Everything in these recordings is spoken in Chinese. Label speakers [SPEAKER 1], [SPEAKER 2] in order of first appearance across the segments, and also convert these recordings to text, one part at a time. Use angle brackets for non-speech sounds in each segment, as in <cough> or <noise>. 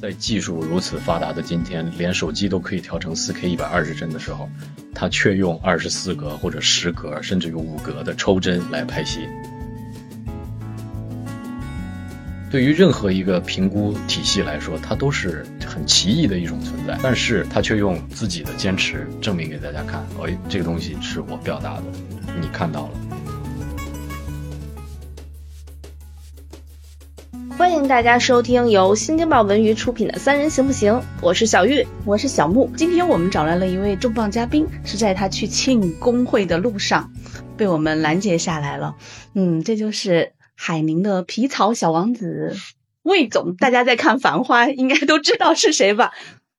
[SPEAKER 1] 在技术如此发达的今天，连手机都可以调成 4K 一百二十帧的时候，他却用二十四格或者十格，甚至有五格的抽帧来拍戏。对于任何一个评估体系来说，它都是很奇异的一种存在，但是它却用自己的坚持证明给大家看，哎，这个东西是我表达的，你看到了。
[SPEAKER 2] 欢迎大家收听由新京报文娱出品的《三人行不行》，我是小玉，
[SPEAKER 3] 我是小木。今天我们找来了一位重磅嘉宾，是在他去庆功会的路上被我们拦截下来了。嗯，这就是海宁的皮草小王子魏总。大家在看《繁花》，应该都知道是谁吧？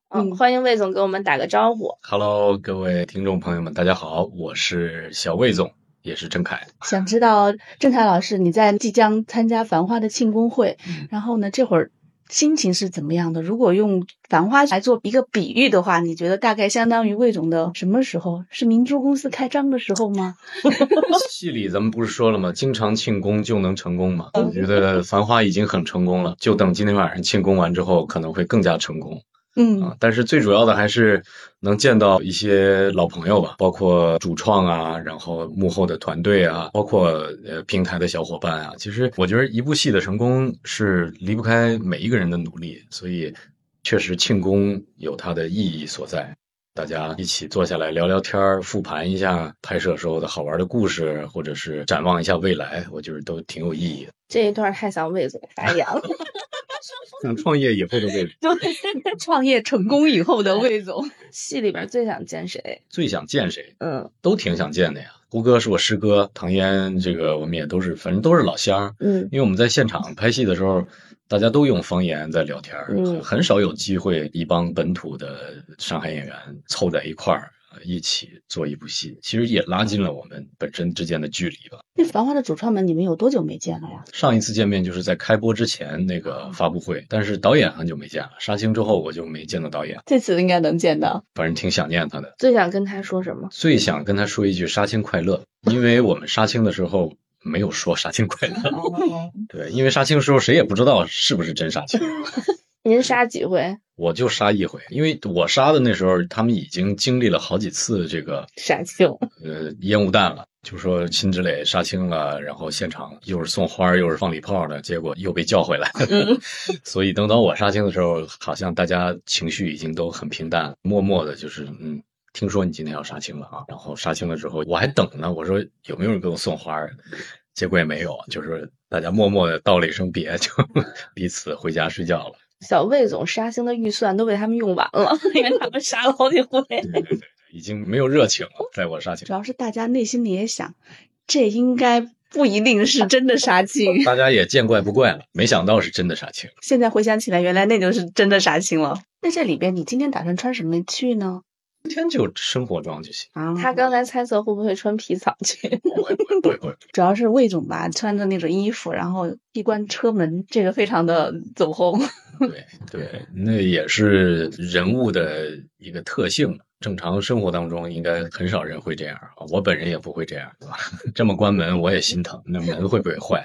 [SPEAKER 2] 嗯，欢迎魏总给我们打个招呼。
[SPEAKER 1] Hello，各位听众朋友们，大家好，我是小魏总。也是郑恺，
[SPEAKER 3] 想知道郑恺老师，你在即将参加《繁花》的庆功会，嗯、然后呢，这会儿心情是怎么样的？如果用《繁花》来做一个比喻的话，你觉得大概相当于魏总的什么时候？是明珠公司开张的时候吗？
[SPEAKER 1] <laughs> 戏里咱们不是说了吗？经常庆功就能成功嘛。我觉得《繁花》已经很成功了，就等今天晚上庆功完之后，可能会更加成功。
[SPEAKER 3] 嗯、
[SPEAKER 1] 啊，但是最主要的还是能见到一些老朋友吧，包括主创啊，然后幕后的团队啊，包括呃平台的小伙伴啊。其实我觉得一部戏的成功是离不开每一个人的努力，所以确实庆功有它的意义所在。大家一起坐下来聊聊天儿，复盘一下拍摄时候的好玩的故事，或者是展望一下未来，我觉得都挺有意义的。
[SPEAKER 2] 这一段太像魏总发言了，
[SPEAKER 1] 想创业以后的魏
[SPEAKER 3] 总，对， <laughs> 创业成功以后的魏总，
[SPEAKER 2] <laughs> 戏里边最想见谁？
[SPEAKER 1] 最想见谁？
[SPEAKER 2] 嗯，
[SPEAKER 1] 都挺想见的呀。胡歌是我师哥，唐嫣这个我们也都是，反正都是老乡。
[SPEAKER 2] 嗯，
[SPEAKER 1] 因为我们在现场拍戏的时候。大家都用方言在聊天，
[SPEAKER 2] 嗯、
[SPEAKER 1] 很少有机会一帮本土的上海演员凑在一块儿一起做一部戏，其实也拉近了我们本身之间的距离吧。
[SPEAKER 3] <laughs> 那《繁花》的主创们，你们有多久没见了呀？
[SPEAKER 1] 上一次见面就是在开播之前那个发布会，但是导演很久没见了，杀青之后我就没见到导演。
[SPEAKER 3] <laughs> 这次应该能见到，
[SPEAKER 1] 反正挺想念他的。
[SPEAKER 2] 最想跟他说什么？
[SPEAKER 1] 最想跟他说一句“杀青快乐”，因为我们杀青的时候。没有说杀青快乐， <laughs> 对，因为杀青的时候谁也不知道是不是真杀青。
[SPEAKER 2] 您杀几回？
[SPEAKER 1] 我就杀一回，因为我杀的那时候，他们已经经历了好几次这个
[SPEAKER 2] 杀青，
[SPEAKER 1] 呃，烟雾弹了，就说辛芷蕾杀青了，然后现场又是送花又是放礼炮的，结果又被叫回来。 <laughs> 所以等到我杀青的时候，好像大家情绪已经都很平淡，默默的就是嗯。听说你今天要杀青了啊？然后杀青了之后，我还等呢。我说有没有人给我送花？结果也没有，就是大家默默的道了一声别，就 <laughs> 彼此回家睡觉了。
[SPEAKER 2] 小魏总杀青的预算都被他们用完了，因为他们杀了好几回。
[SPEAKER 1] 对对对，已经没有热情了，在我杀青。
[SPEAKER 3] <laughs> 主要是啊大家内心里也想，这应该。不一定是真的杀青， <laughs>
[SPEAKER 1] 大家也见怪不怪了。没想到是真的杀青，
[SPEAKER 3] 现在回想起来，原来那就是真的杀青了。那这里边，你今天打算穿什么去呢？啊
[SPEAKER 1] 今天就生活装就行。
[SPEAKER 2] 他刚才猜测会不会穿皮草去？
[SPEAKER 1] <laughs> 不会不会不会。
[SPEAKER 3] 主要是魏总吧，穿着那种衣服，然后一关车门，这个非常的走红。 <laughs>
[SPEAKER 1] 对对，那也是人物的一个特性。正常生活当中应该很少人会这样啊，我本人也不会这样， <laughs> 对吧？这么关门我也心疼，那门会不会 <laughs> 坏？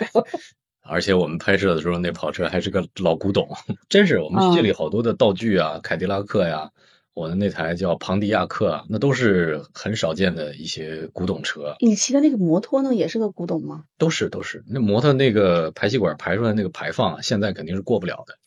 [SPEAKER 1] 而且我们拍摄的时候，那跑车还是个老古董， <laughs> 真是我们这里好多的道具啊，嗯、凯迪拉克呀、啊。我的那台叫庞迪亚克，啊那都是很少见的一些古董车。
[SPEAKER 3] 你骑的那个摩托呢，也是个古董吗？
[SPEAKER 1] 都是都是，那摩托那个排气管排出来那个排放、啊，现在肯定是过不了的。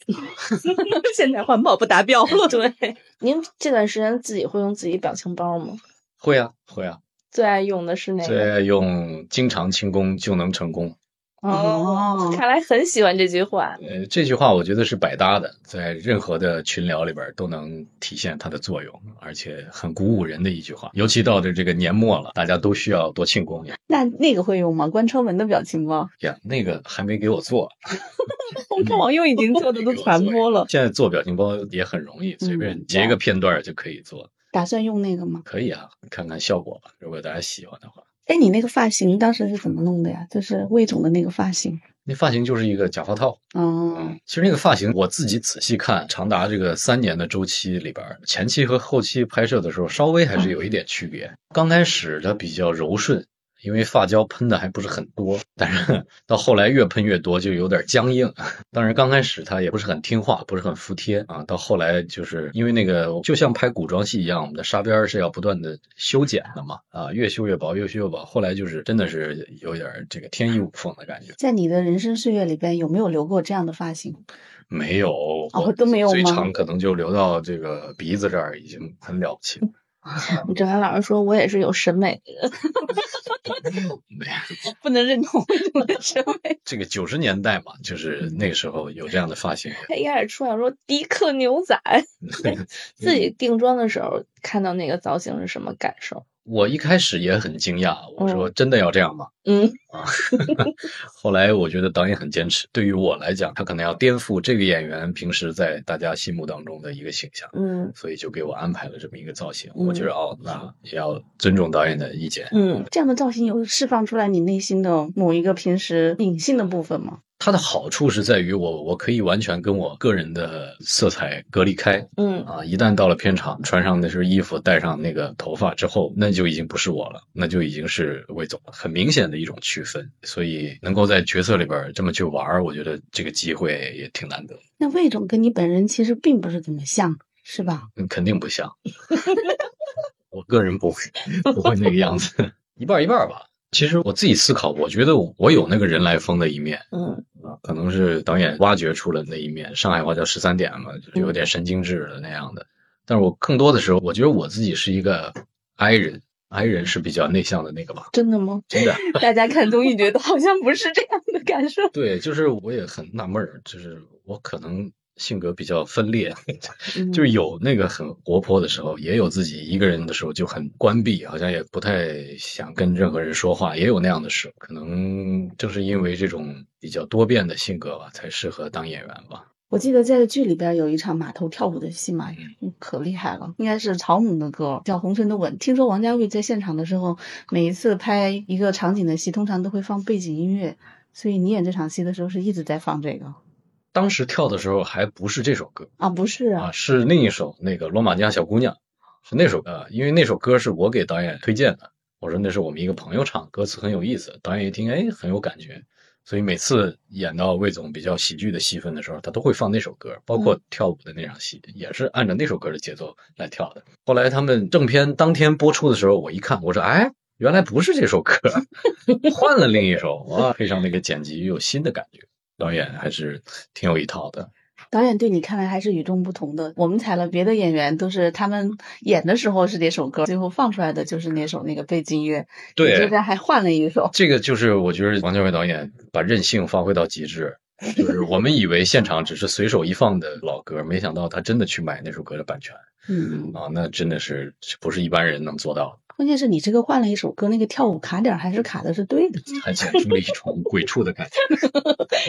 [SPEAKER 3] <laughs> 现在环保不达标 <laughs> 了。
[SPEAKER 2] 对，您这段时间自己会用自己表情包吗？
[SPEAKER 1] 会啊，会啊。
[SPEAKER 2] 最爱用的是哪个？
[SPEAKER 1] 最爱用“经常庆功就能成功”。
[SPEAKER 2] 哦，看来很喜欢这句话。
[SPEAKER 1] 呃，这句话我觉得是百搭的，在任何的群聊里边都能体现它的作用，而且很鼓舞人的一句话。尤其到的这个年末了，大家都需要多庆功呀。
[SPEAKER 3] 那那个会用吗？关车门的表情包
[SPEAKER 1] 呀，那个还没给我做。
[SPEAKER 3] 我看网友已经做的都传播了。嗯
[SPEAKER 1] 现在做表情包也很容易，随便截一个片段就可以做。
[SPEAKER 3] 打算用那个吗？
[SPEAKER 1] 可以啊，看看效果吧。如果大家喜欢的话。
[SPEAKER 3] 哎，你那个发型当时是怎么弄的呀？就是魏总的那个发型，
[SPEAKER 1] 那发型就是一个假发套。
[SPEAKER 3] 哦、
[SPEAKER 1] 嗯，其实那个发型我自己仔细看，长达这个三年的周期里边，前期和后期拍摄的时候，稍微还是有一点区别。嗯、刚开始它比较柔顺，因为发胶喷的还不是很多，但是 <laughs> 到后来越喷越多，就有点僵硬。当然刚开始他也不是很听话，不是很服帖啊。到后来就是因为那个就像拍古装戏一样，我们的纱边是要不断的修剪的嘛，啊，越修越薄，越修越薄。后来就是真的是有点这个天衣无缝的感觉。
[SPEAKER 3] 在你的人生岁月里边，有没有留过这样的发型？
[SPEAKER 1] 没有，我
[SPEAKER 3] 哦都没有
[SPEAKER 1] 最
[SPEAKER 3] 吗
[SPEAKER 1] 长可能就留到这个鼻子这儿，已经很了不起了。
[SPEAKER 2] 郑涵老师说，我也是有审美的人，不能认同我的审美。
[SPEAKER 1] 这个九十年代嘛，就是那个时候有这样的发型，
[SPEAKER 2] 他一开始出来说迪克牛仔，自己定妆的时候看到那个造型是什么感受？
[SPEAKER 1] 我一开始也很惊讶，我
[SPEAKER 3] 哦
[SPEAKER 1] 说真的要这样吗？
[SPEAKER 2] 嗯，
[SPEAKER 1] 后来我觉得导演很坚持，对于我来讲，他可能要颠覆这个演员平时在大家心目当中的一个形象，
[SPEAKER 2] 嗯
[SPEAKER 1] 所以就给我安排了这么一个造型。
[SPEAKER 2] 嗯
[SPEAKER 1] 我觉得哦，那也要尊重导演的意见。
[SPEAKER 2] 嗯
[SPEAKER 3] <laughs> 这样的造型有释放出来你内心的某一个平时隐性的部分吗？
[SPEAKER 1] 它的好处是在于我我可以完全跟我个人的色彩隔离开，
[SPEAKER 2] 嗯
[SPEAKER 1] 啊，一旦到了片场，穿上那身衣服，戴上那个头发之后，那就已经不是我了，那就已经是魏总了，很明显的一种区分。所以能够在角色里边儿这么去玩儿，我觉得这个机会也挺难得，
[SPEAKER 3] 那魏总跟你本人其实并不是怎么像，是吧？
[SPEAKER 1] 嗯肯定不像。 <laughs> 我个人不会，不会那个样子， <laughs> 一半儿一半儿吧。其实我自己思考，我觉得我有那个人来疯的一面，
[SPEAKER 2] 嗯
[SPEAKER 1] 啊，可能是导演挖掘出了那一面，上海话叫十三点嘛，就是有点神经质的那样的。但是我更多的时候，我觉得我自己是一个 I 人，I 人是比较内向的那个吧，
[SPEAKER 2] 真的吗？
[SPEAKER 1] 真的。
[SPEAKER 2] 大家看综艺觉得好像不是这样的感受。
[SPEAKER 1] 对，就是我也很纳闷儿，就是我可能性格比较分裂，
[SPEAKER 2] 嗯
[SPEAKER 1] 就是有那个很活泼的时候，也有自己一个人的时候就很关闭，好像也不太想跟任何人说话，也有那样的时候。可能正是因为这种比较多变的性格吧，才适合当演员吧。
[SPEAKER 3] 我记得在剧里边有一场码头跳舞的戏嘛
[SPEAKER 1] 嗯，
[SPEAKER 3] 嗯可厉害了，应该是曹母的歌，叫《红尘的吻》。听说王家卫在现场的时候，每一次拍一个场景的戏，通常都会放背景音乐，所以你演这场戏的时候是一直在放这个
[SPEAKER 1] 当时跳的时候还不是这首歌
[SPEAKER 3] 啊？不是
[SPEAKER 1] 啊，，是另一首那个《罗马尼亚小姑娘》，是那首歌，因为那首歌是我给导演推荐的，我说那是我们一个朋友唱，歌词很有意思，导演一听哎很有感觉，所以每次演到魏总比较喜剧的戏份的时候，他都会放那首歌，包括跳舞的那场戏也是按照那首歌的节奏来跳的。后来他们正片当天播出的时候，我一看，我说哎。原来不是这首歌， <laughs> 换了另一首哇，配上那个剪辑，又有新的感觉。导演还是挺有一套的，
[SPEAKER 3] 导演对你看来还是与众不同的。我们采了别的演员，都是他们演的时候是哪首歌，最后放出来的就是那首那个背景乐。
[SPEAKER 1] 对
[SPEAKER 3] 你这边还换了一首。
[SPEAKER 1] 这个就是我觉得王家卫导演把任性发挥到极致，就是我们以为现场只是随手一放的老歌，没想到他真的去买那首歌的版权
[SPEAKER 3] 嗯，
[SPEAKER 1] 啊，那真的是不是一般人能做到
[SPEAKER 3] 关键是你这个换了一首歌，那个跳舞卡点儿还是卡的是对的。
[SPEAKER 1] 的，还显出了一种鬼畜的感觉。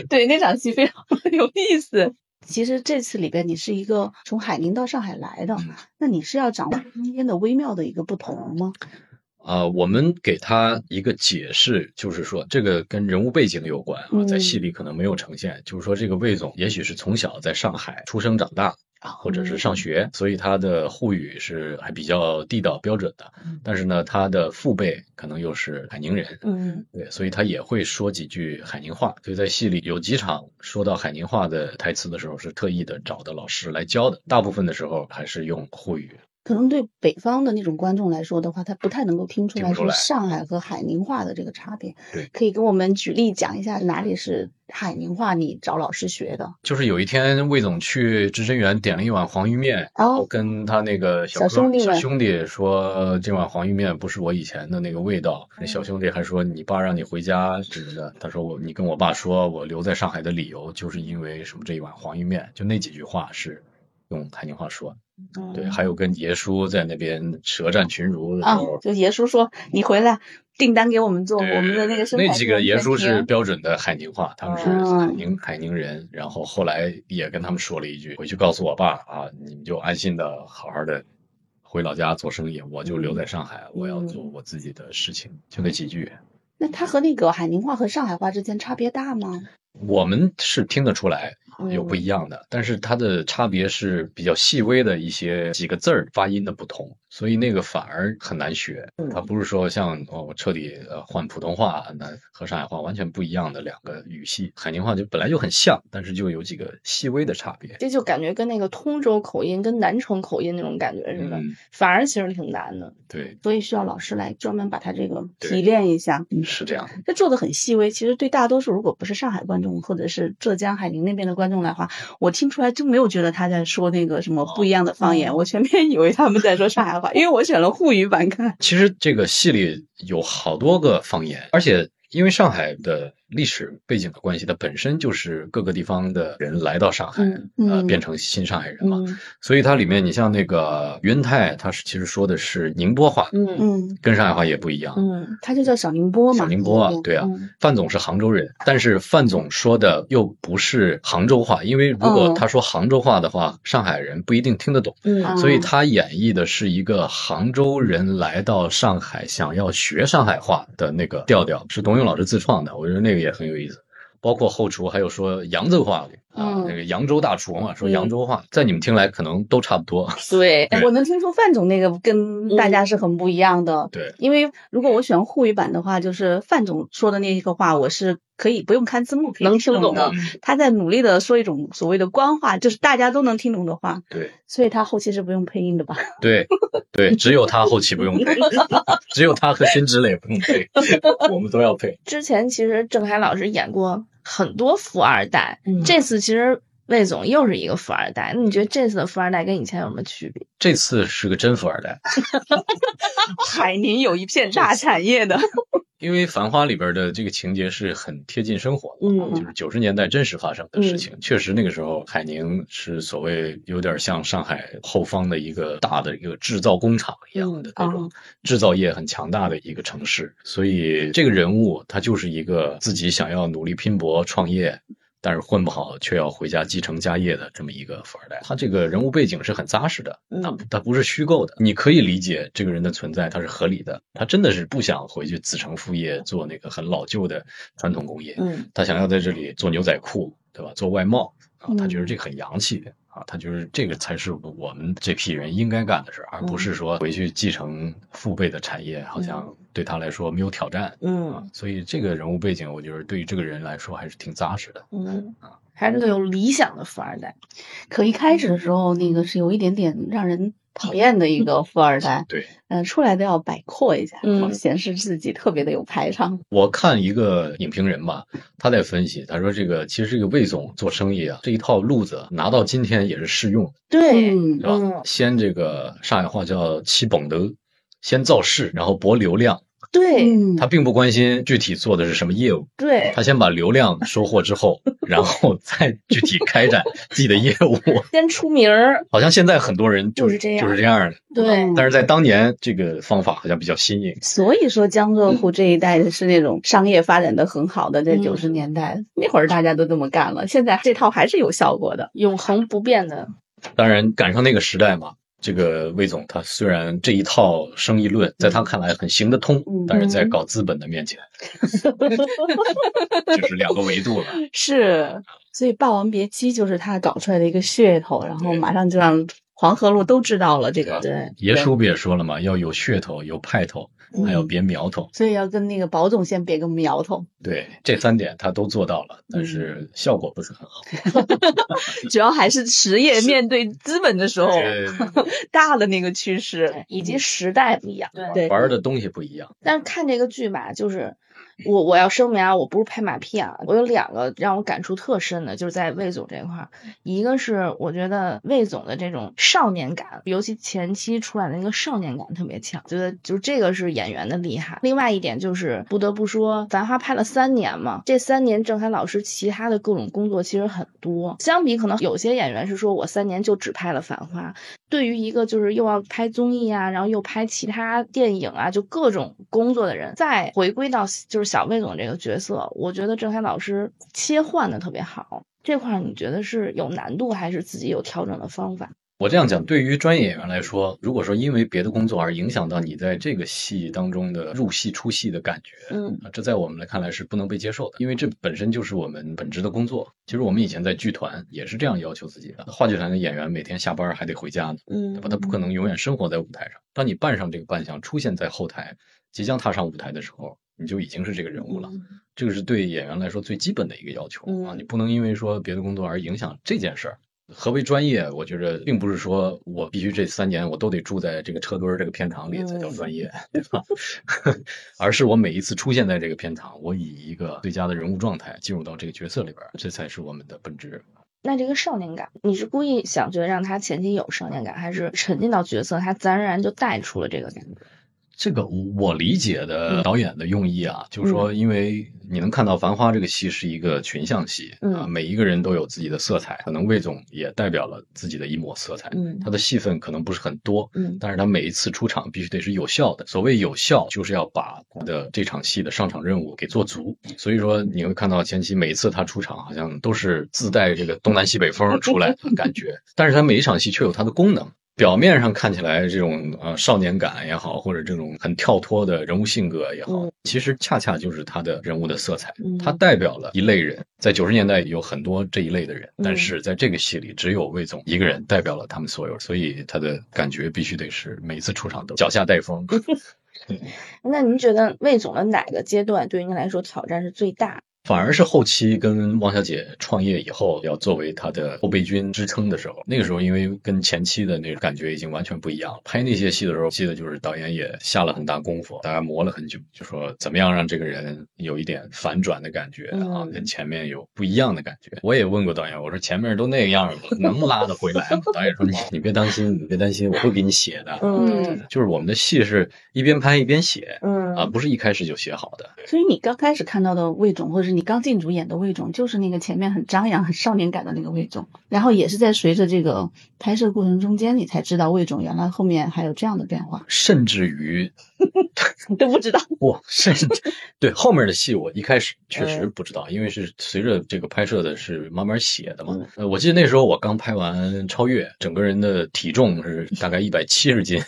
[SPEAKER 3] 对，那场戏非常有意思。其实这次里边你是一个从海宁到上海来的，
[SPEAKER 1] 嗯
[SPEAKER 3] 那你是要掌握中间的微妙的一个不同吗？
[SPEAKER 1] 啊，我们给他一个解释，就是说这个跟人物背景有关啊，
[SPEAKER 3] 嗯
[SPEAKER 1] 在戏里可能没有呈现，就是说这个魏总也许是从小在上海出生长大，啊或者
[SPEAKER 3] 嗯
[SPEAKER 1] 是上学，所以他的沪语是还比较地道标准的
[SPEAKER 3] 嗯。
[SPEAKER 1] 但是呢，他的父辈可能又是海宁人，
[SPEAKER 2] 嗯
[SPEAKER 1] 对，所以他也会说几句海宁话。所以在戏里有几场说到海宁话的台词的时候，是特意的找的老师来教的，大部分的时候还是用沪语。
[SPEAKER 3] 可能对北方的那种观众来说的话，他不太能够听出
[SPEAKER 1] 听
[SPEAKER 3] 来
[SPEAKER 1] 不出
[SPEAKER 3] 说
[SPEAKER 1] 来
[SPEAKER 3] 上海和海宁话的这个差别。
[SPEAKER 1] 对
[SPEAKER 3] 可以跟我们举例讲一下哪里是海宁话，你找老师学的？
[SPEAKER 1] 就是有一天魏总去至臻园点了一碗黄鱼面，
[SPEAKER 3] 哦
[SPEAKER 1] 然后跟他那个小
[SPEAKER 3] 小
[SPEAKER 1] 哥
[SPEAKER 3] 兄弟
[SPEAKER 1] 小
[SPEAKER 3] 们
[SPEAKER 1] 兄弟说这碗黄鱼面不是我以前的那个味道。那
[SPEAKER 3] 嗯
[SPEAKER 1] 小兄弟还说你爸让你回家什么的，他说我你跟我爸说我留在上海的理由就是因为什么这一碗黄鱼面，就那几句话是用海宁话说的。
[SPEAKER 3] 哦
[SPEAKER 1] 对，还有跟爷叔在那边舌战群儒的时
[SPEAKER 3] 啊
[SPEAKER 1] 候，，
[SPEAKER 3] 就爷叔说你回来订单给我们做，
[SPEAKER 1] 对
[SPEAKER 3] 我们的那个生
[SPEAKER 1] 那
[SPEAKER 3] 产
[SPEAKER 1] 几
[SPEAKER 3] 是
[SPEAKER 1] 个
[SPEAKER 3] 完
[SPEAKER 1] 爷
[SPEAKER 3] 全
[SPEAKER 1] 叔
[SPEAKER 3] 停
[SPEAKER 1] 是标准的海宁话，他们是
[SPEAKER 3] 哦
[SPEAKER 1] 海宁、海宁人，然后后来也跟他们说了一句，回去告诉我爸啊，你们就安心的好好的回老家做生意，我就留
[SPEAKER 3] 嗯
[SPEAKER 1] 在上海，我要做我自己的事情，就那几句。
[SPEAKER 3] 那他和那个海宁话和上海话之间差别大吗？
[SPEAKER 1] 我们是听得出来，
[SPEAKER 2] 嗯
[SPEAKER 1] 有不一样的，但是它的差别是比较细微的一些几个字儿发音的不同，所以那个反而很难学。
[SPEAKER 2] 嗯
[SPEAKER 1] 它不是说像哦，我彻底呃换普通话，那和上海话完全不一样的两个语系。海宁话就本来就很像，但是就有几个细微的差别。
[SPEAKER 2] 这就感觉跟那个通州口音、跟南城口音那种感觉似的，
[SPEAKER 1] 嗯，
[SPEAKER 2] 反而其实挺难的。
[SPEAKER 1] 对，
[SPEAKER 3] 所以需要老师来专门把它这个
[SPEAKER 1] 对
[SPEAKER 3] 提炼一下。嗯
[SPEAKER 1] 是这样的。
[SPEAKER 3] 这做的很细微，其实对大多数如果不是上海观众或者是浙江海宁那边的观众来话，我听出来就没有觉得他在说那个什么不一样的方
[SPEAKER 1] 哦
[SPEAKER 3] 言，我全面以为他们在说上海话，因为我选了沪语版看。
[SPEAKER 1] 其实这个戏里有好多个方言，而且因为上海的历史背景的关系，它本身就是各个地方的人来到上海，
[SPEAKER 2] 嗯
[SPEAKER 1] 呃，
[SPEAKER 3] 嗯
[SPEAKER 1] 变成新上海人嘛。
[SPEAKER 2] 嗯
[SPEAKER 1] 所以它里面，你像那个云泰，他是其实说的是宁波话，
[SPEAKER 2] 嗯
[SPEAKER 3] 嗯，
[SPEAKER 1] 跟上海话也不一样。
[SPEAKER 2] 嗯
[SPEAKER 3] 他就叫小宁波嘛。
[SPEAKER 1] 小宁波啊
[SPEAKER 3] 嗯，
[SPEAKER 1] 对啊
[SPEAKER 2] 嗯，
[SPEAKER 1] 范总是杭州人，但是范总说的又不是杭州话，因为如果
[SPEAKER 2] 哦
[SPEAKER 3] 嗯
[SPEAKER 1] 他说杭州话的话，上海人不一定听得懂，
[SPEAKER 2] 嗯
[SPEAKER 1] 所以
[SPEAKER 3] 嗯
[SPEAKER 1] 他演绎的是一个杭州人来到上海想要学上海话的那个调调，是董永老师自创的，我觉得那个也很有意思。包括后厨还有说扬州话啊
[SPEAKER 3] 嗯，
[SPEAKER 1] 那个扬州大厨
[SPEAKER 2] 嗯
[SPEAKER 1] 嘛，说扬州话，在你们听来可能都差不多。
[SPEAKER 2] 对，
[SPEAKER 3] 哎我能听出范总那个跟大家是很不一样的。
[SPEAKER 1] 嗯对，
[SPEAKER 3] 因为如果我选沪语版的话，就是范总说的那一个话，我是可以不用看字幕可以
[SPEAKER 2] 能听懂
[SPEAKER 3] 的。他在努力的说一种所谓的官话，就是大家都能听懂的话，
[SPEAKER 1] 对
[SPEAKER 3] 所以他后期是不用配音的吧？
[SPEAKER 1] 对对，只有他后期不用配，只有他和辛芷蕾不用配， <laughs> 我们都要配。
[SPEAKER 2] 之前其实郑恺老师演过很多富二代，
[SPEAKER 3] 嗯
[SPEAKER 2] 这次其实魏总又是一个富二代。那你觉得这次的富二代跟以前有什么区别？
[SPEAKER 1] 这次是个真富二代，
[SPEAKER 3] <laughs> 海宁有一片大产业的，
[SPEAKER 1] 因为《繁花》里边的这个情节是很贴近生活的，
[SPEAKER 2] 嗯
[SPEAKER 1] 就是九十年代真实发生的事情。确实，那个时候海宁是所谓有点像上海后方的一个大的一个制造工厂一样的那种制造业很强大的一个城市，所以这个人物他就是一个自己想要努力拼搏创业。但是混不好，却要回家继承家业的这么一个富二代，他这个人物背景是很扎实的，它
[SPEAKER 2] 嗯
[SPEAKER 1] 不它不是虚构的，你可以理解这个人的存在，它是合理的。他真的是不想回去子承父业，做那个很老旧的传统工业，
[SPEAKER 2] 嗯
[SPEAKER 1] 他想要在这里做牛仔裤，对吧？做外贸啊，他觉得
[SPEAKER 3] 嗯
[SPEAKER 1] 这个很洋气啊，他觉得这个才是我们这批人应该干的事儿，而不是说回去继承父辈的产业，好像对他来说没有挑战。啊
[SPEAKER 2] 嗯，
[SPEAKER 1] 所以这个人物背景，我觉得对于这个人来说还是挺扎实的。
[SPEAKER 2] 嗯，还是个有理想的富二代。
[SPEAKER 3] <laughs> 可一开始的时候那个是有一点点让人讨厌的一个富二代，
[SPEAKER 1] 对，
[SPEAKER 3] 嗯、出来都要摆阔一下，
[SPEAKER 2] 嗯
[SPEAKER 3] 好显示自己特别的有排场。
[SPEAKER 1] 我看一个影评人吧，他在分析，他说这个其实这个魏总做生意啊，这一套路子拿到今天也是适用，
[SPEAKER 2] 对，
[SPEAKER 1] 是
[SPEAKER 3] 嗯
[SPEAKER 1] 吧？
[SPEAKER 2] 嗯
[SPEAKER 1] 先这个上海话叫欺捧德，先造势，然后博流量。
[SPEAKER 2] 对，
[SPEAKER 3] 嗯
[SPEAKER 1] 他并不关心具体做的是什么业务，
[SPEAKER 2] 对，
[SPEAKER 1] 他先把流量收获之后，然后再具体开展自己的业务。
[SPEAKER 2] 先出名儿。
[SPEAKER 1] 好像现在很多人就
[SPEAKER 2] 就是这样嗯
[SPEAKER 1] 就是这样的，
[SPEAKER 2] 对，
[SPEAKER 1] 但是在当年这个方法好像比较新颖。
[SPEAKER 3] 所以说江浙沪这一带是那种商业发展的很好的，在
[SPEAKER 2] 嗯
[SPEAKER 3] 九十年代、那会儿大家都这么干了，现在这套还是有效果的。
[SPEAKER 2] 永恒不变 <laughs> 的。
[SPEAKER 1] 当然赶上那个时代嘛。这个魏总他虽然这一套生意论在他看来很行得通，
[SPEAKER 3] 嗯
[SPEAKER 1] 但是在搞资本的面前，就是两个维度了。
[SPEAKER 3] 是，所以《霸王别姬》就是他搞出来的一个噱头，然后
[SPEAKER 1] 对
[SPEAKER 3] 马上就让黄河路都知道了这个。
[SPEAKER 2] 对，
[SPEAKER 1] 爷叔不也说了嘛，要有噱头，有派头，还要
[SPEAKER 3] 嗯
[SPEAKER 1] 别苗头。
[SPEAKER 3] 所以要跟那个保总先别个苗头，
[SPEAKER 1] 对，这三点他都做到了，但是效果不是很好。
[SPEAKER 3] 主要还是实业面对资本的时候
[SPEAKER 1] 对，
[SPEAKER 3] 大的那个趋势
[SPEAKER 2] 对，。以及时代不一样。
[SPEAKER 3] 对
[SPEAKER 1] 玩的东西不一样。
[SPEAKER 2] 但是看这个剧吧，就是我我要声明啊，我不是拍马屁啊，我有两个让我感触特深的，就是在魏总这块儿，一个是我觉得魏总的这种少年感，尤其前期出来的那个少年感特别强，觉得就这个是演员的厉害。另外一点就是不得不说，《繁花》拍了三年嘛，这三年郑恺老师其他的各种工作其实很多，相比可能有些演员是说我三年就只拍了《繁花》，对于一个就是又要拍综艺啊，然后又拍其他电影啊，就各种工作的人，再回归到就是小魏总这个角色，我觉得郑恺老师切换的特别好。这块儿你觉得是有难度，还是自己有调整的方法？
[SPEAKER 1] 我这样讲，对于专业演员来说，如果说因为别的工作而影响到你在这个戏当中的入戏出戏的感觉，
[SPEAKER 2] 嗯
[SPEAKER 1] 啊，这在我们来看来是不能被接受的，因为这本身就是我们本职的工作。其实我们以前在剧团也是这样要求自己的，话剧团的演员每天下班还得回家呢，对
[SPEAKER 2] 嗯
[SPEAKER 1] 吧？他不可能永远生活在舞台上。当你扮上这个扮相，出现在后台，即将踏上舞台的时候，你就已经是这个人物了。这个是对演员来说最基本的一个要求
[SPEAKER 2] 嗯
[SPEAKER 1] 啊，你不能因为说别的工作而影响这件事儿。何为专业？我觉着并不是说我必须这三年我都得住在这个车墩儿这个片场里才叫专业，对
[SPEAKER 2] 嗯
[SPEAKER 1] 吧？ <laughs> 而是我每一次出现在这个片场，我以一个最佳的人物状态进入到这个角色里边儿，这才是我们的本质。
[SPEAKER 2] 那这个少年感，你是故意想觉得让他前期有少年感，还是沉浸到角色，他自然而然就带出了这个感觉？
[SPEAKER 1] 这个我我理解
[SPEAKER 2] 嗯
[SPEAKER 1] 的导演的用意啊，就是说，因为你能看到《繁花》这个戏是一个群像戏，
[SPEAKER 2] 嗯
[SPEAKER 1] 啊，每一个人都有自己的色彩，可能魏总也代表了自己的一抹色彩，
[SPEAKER 2] 嗯
[SPEAKER 1] 他的戏份可能不是很多，
[SPEAKER 2] 嗯
[SPEAKER 1] 但是他每一次出场必须得是有效的。所谓有效，就是要把他的这场戏的上场任务给做足。所以说，你会看到前期每一次他出场，好像都是自带这个东南西北风出来的感
[SPEAKER 2] <laughs>
[SPEAKER 1] 觉，但是他每一场戏却有它的功能。表面上看起来这种呃少年感也好，或者这种很跳脱的人物性格也好
[SPEAKER 2] 嗯，
[SPEAKER 1] 其实恰恰就是他的人物的色彩
[SPEAKER 2] 嗯，
[SPEAKER 1] 他代表了一类人。在九十年代有很多这一类的人，
[SPEAKER 2] 嗯
[SPEAKER 1] 但是在这个戏里，只有魏总一个人代表了他们所有，所以他的感觉必须得是每次出场都脚下带风。
[SPEAKER 2] 那您觉得魏总的哪个阶段对于您来说挑战是最大？
[SPEAKER 1] 反而是后期跟汪小姐创业以后，要作为她的后备军支撑的时候，那个时候因为跟前期的那个感觉已经完全不一样了。拍那些戏的时候，记得就是导演也下了很大功夫，大家磨了很久，就说怎么样让这个人有一点反转的感觉啊
[SPEAKER 2] 嗯，
[SPEAKER 1] 跟前面有不一样的感觉。我也问过导演，我说前面都那样了，能拉得回来吗？导演说你你别担心，你别担心，我会给你写的。
[SPEAKER 3] 嗯
[SPEAKER 1] 就是我们的戏是一边拍一边写
[SPEAKER 2] 嗯
[SPEAKER 1] 啊，不是一开始就写好的。
[SPEAKER 3] 所以你刚开始看到的魏总，或者是你刚进组演的魏总，就是那个前面很张扬、很少年感的那个魏总。然后也是在随着这个拍摄过程中间，你才知道魏总原来后面还有这样的变化，
[SPEAKER 1] 甚至于
[SPEAKER 3] 你 <laughs> 都不
[SPEAKER 1] <laughs>
[SPEAKER 3] 知道。
[SPEAKER 1] 哇，甚至对后面的戏，我一开始确
[SPEAKER 3] 嗯
[SPEAKER 1] 实不知道，因为是随着这个拍摄的是慢慢写的嘛
[SPEAKER 2] 嗯。
[SPEAKER 1] 呃，我记得那时候我刚拍完《超越》，整个人的体重是大概一百七十
[SPEAKER 3] <laughs>
[SPEAKER 1] 斤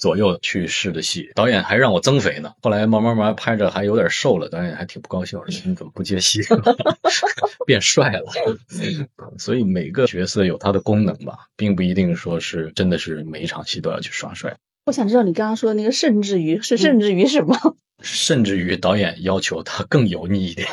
[SPEAKER 1] 左右去试的戏，导演还让我增肥呢。后来慢慢慢慢拍着还有点瘦了，导演还挺不高兴，说你怎么不接戏了， <laughs> 变帅
[SPEAKER 3] <laughs>
[SPEAKER 1] 了。嗯所以每个角色有它的功能吧，并不一定说是真的是每一场戏都要去耍帅。
[SPEAKER 3] 我想知道你刚刚说的那个甚至于是甚至于什么？ <laughs>
[SPEAKER 1] 甚至于导演要求他更油腻一点，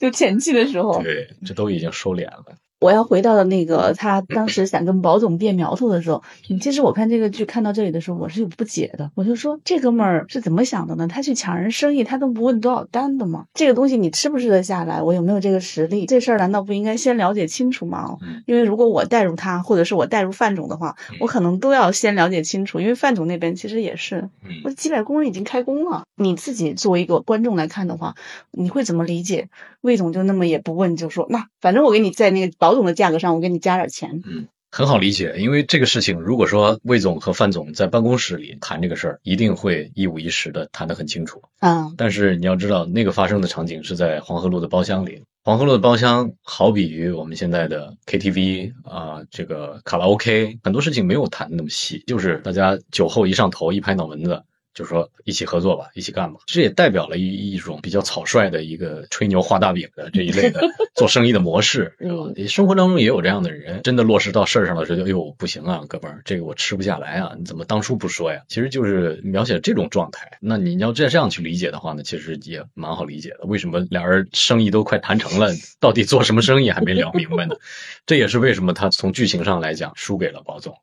[SPEAKER 3] 就前期的时
[SPEAKER 1] <laughs>
[SPEAKER 3] 候，
[SPEAKER 1] 对，这都已经收敛了。
[SPEAKER 3] 我要回到那个他当时想跟保总变苗头的时候，嗯其实我看这个剧看到这里的时候，我是有不解的。我就说这哥们儿是怎么想的呢？他去抢人生意，他都不问多少单的吗？这个东西你吃不吃得下来？我有没有这个实力？这事儿难道不应该先了解清楚吗
[SPEAKER 1] 嗯？
[SPEAKER 3] 因为如果我带入他，或者是我带入范总的话，我可能都要先了解清楚，因为范总那边其实也是我
[SPEAKER 1] 嗯，
[SPEAKER 3] 几百工人已经开工了，你自己作为一个观众来看的话，你会怎么理解魏总就那么也不问就说那反正我给你在那个保总的价格上，我给你加点钱，
[SPEAKER 1] 很好理解，因为这个事情，如果说魏总和范总在办公室里谈这个事儿，一定会一五一十的谈得很清楚。
[SPEAKER 3] 嗯
[SPEAKER 1] 但是你要知道，那个发生的场景是在黄河路的包厢里。黄河路的包厢好比于我们现在的 KTV 啊、这个卡拉 OK，很多事情没有谈得那么细，就是大家酒后一上头，一拍脑门子。就说一起合作吧，一起干吧。这也代表了一一种比较草率的一个吹牛画大饼的这一类
[SPEAKER 2] <laughs>
[SPEAKER 1] 的做生意的模式，是
[SPEAKER 2] 嗯
[SPEAKER 1] 吧？你生活当中也有这样的人，真的落实到事儿上了时候就，哎呦不行啊，哥们儿，这个我吃不下来啊，你怎么当初不说呀？其实就是描写这种状态。那你要这样去理解的话呢，其实也蛮好理解的。为什么俩人生意都快谈成了，到底做什么生意还没聊明白呢？ <laughs> 这也是为什么他从剧情上来讲输给了保总。